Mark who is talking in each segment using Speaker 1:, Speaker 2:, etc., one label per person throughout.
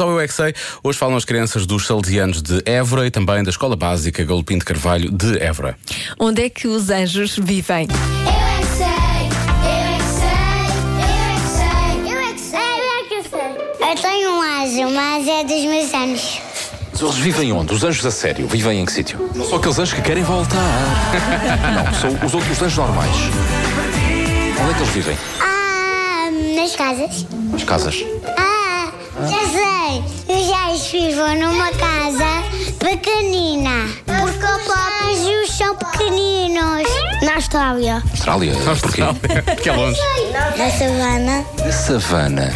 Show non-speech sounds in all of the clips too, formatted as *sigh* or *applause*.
Speaker 1: Ao Eu é Que Sei, hoje falam as crianças dos salesianos de Évora e também da Escola Básica Galopim de Carvalho de Évora.
Speaker 2: Onde é que os anjos vivem?
Speaker 3: Eu é que sei, eu é que sei, eu é que sei, eu é que sei, eu é que sei. Eu tenho um anjo, mas é dos meus anos.
Speaker 4: Eles vivem onde? Os anjos a sério? Vivem em que sítio? Não são aqueles anjos que querem voltar. *laughs* Não, são os outros anjos normais. Onde é que eles vivem?
Speaker 3: Ah, nas casas?
Speaker 4: Nas casas.
Speaker 3: Ah, já sei. Os anjos vivem numa casa pequenina. Porque os anjos são pequeninos. Na Austrália.
Speaker 4: Austrália. Porquê?
Speaker 1: *laughs* Porque é longe.
Speaker 3: Na savana.
Speaker 4: Na savana.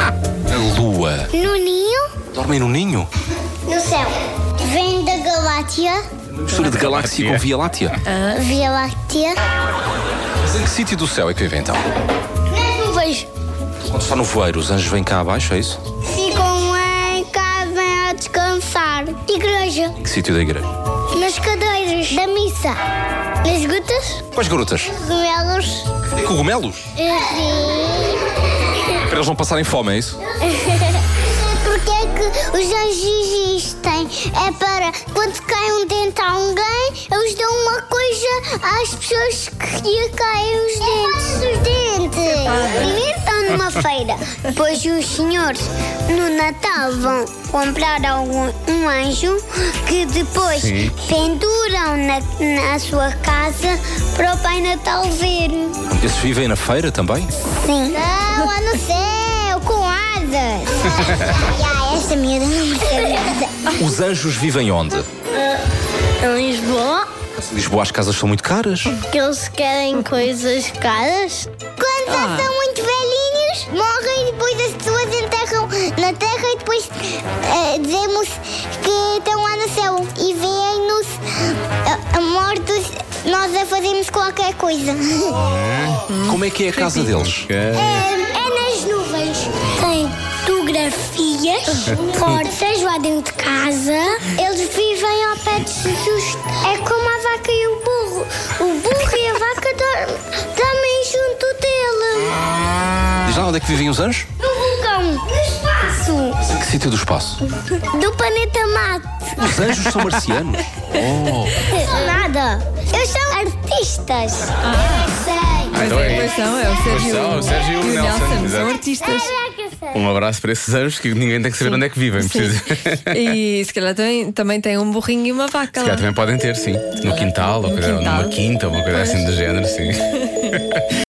Speaker 4: A lua.
Speaker 3: No ninho.
Speaker 4: Dormem no ninho?
Speaker 3: No céu. Vem da Galácia.
Speaker 4: Mistura de galáxia com Via Láctea.
Speaker 1: Ah.
Speaker 3: Via Láctea.
Speaker 4: Mas em que sítio do céu é que vivem então?
Speaker 3: Nas nuvens.
Speaker 4: Quando está no voeiro, os anjos vêm cá abaixo, é isso?
Speaker 3: Ficam lá em casa a descansar. Igreja,
Speaker 4: Em que sítio da igreja?
Speaker 3: nas cadeiras da missa, nas gotas,
Speaker 4: Quais garotas?
Speaker 3: cogumelos,
Speaker 4: Cogumelos?
Speaker 3: assim.
Speaker 4: Para eles não passarem fome, é isso?
Speaker 3: *laughs* Porque é que os anjos existem? É para quando cai um dente a alguém, eles dão uma coisa às pessoas que lhe caem os dentes. os dentes. Primeiro estão numa feira, depois os senhores no Natal vão comprar algum, um anjo que depois penduram na, na sua casa para o Pai Natal ver.
Speaker 4: Esses vivem na feira também?
Speaker 3: Sim. Não, lá no céu, com asas. ah, esta miúda não me
Speaker 4: Os anjos vivem onde?
Speaker 3: Em Lisboa,
Speaker 4: Em Lisboa as casas são muito caras.
Speaker 3: que eles querem coisas caras. Ah. Quando já são muito velhinhos, morrem e depois as pessoas enterram na terra e depois eh, dizemos que estão lá no céu e veem-nos eh, mortos, nós a fazemos qualquer coisa.
Speaker 4: Como é que é a casa deles?
Speaker 3: É nas nuvens. Tem fotografias, portas lá dentro de casa. Eles vivem ao pé de Jesus. É como a vaca e o burro. O burro e a vaca dormem também junto dele.
Speaker 4: Diz lá onde é que vivem os anjos?
Speaker 3: No vulcão. No espaço.
Speaker 4: Em que sítio do espaço?
Speaker 3: Do planeta Marte.
Speaker 4: Os anjos são marcianos. Oh,
Speaker 3: Nada. Eu sou artistas. Eu
Speaker 1: então é.
Speaker 2: Pois são, é o Sérgio,
Speaker 1: Pois são, o Sérgio e o Nelson,
Speaker 2: são
Speaker 1: exato.
Speaker 2: artistas.
Speaker 3: É,
Speaker 1: Um abraço para esses anjos que ninguém tem que saber onde é que vivem.
Speaker 2: Sim.
Speaker 1: Precisa. *laughs*
Speaker 2: E se calhar também, também tem um burrinho e uma vaca
Speaker 1: Já
Speaker 2: lá.
Speaker 1: também podem ter, sim. No quintal, ou
Speaker 2: No
Speaker 1: coisa-
Speaker 2: quintal.
Speaker 1: numa quinta, ou uma coisa assim do género, sim.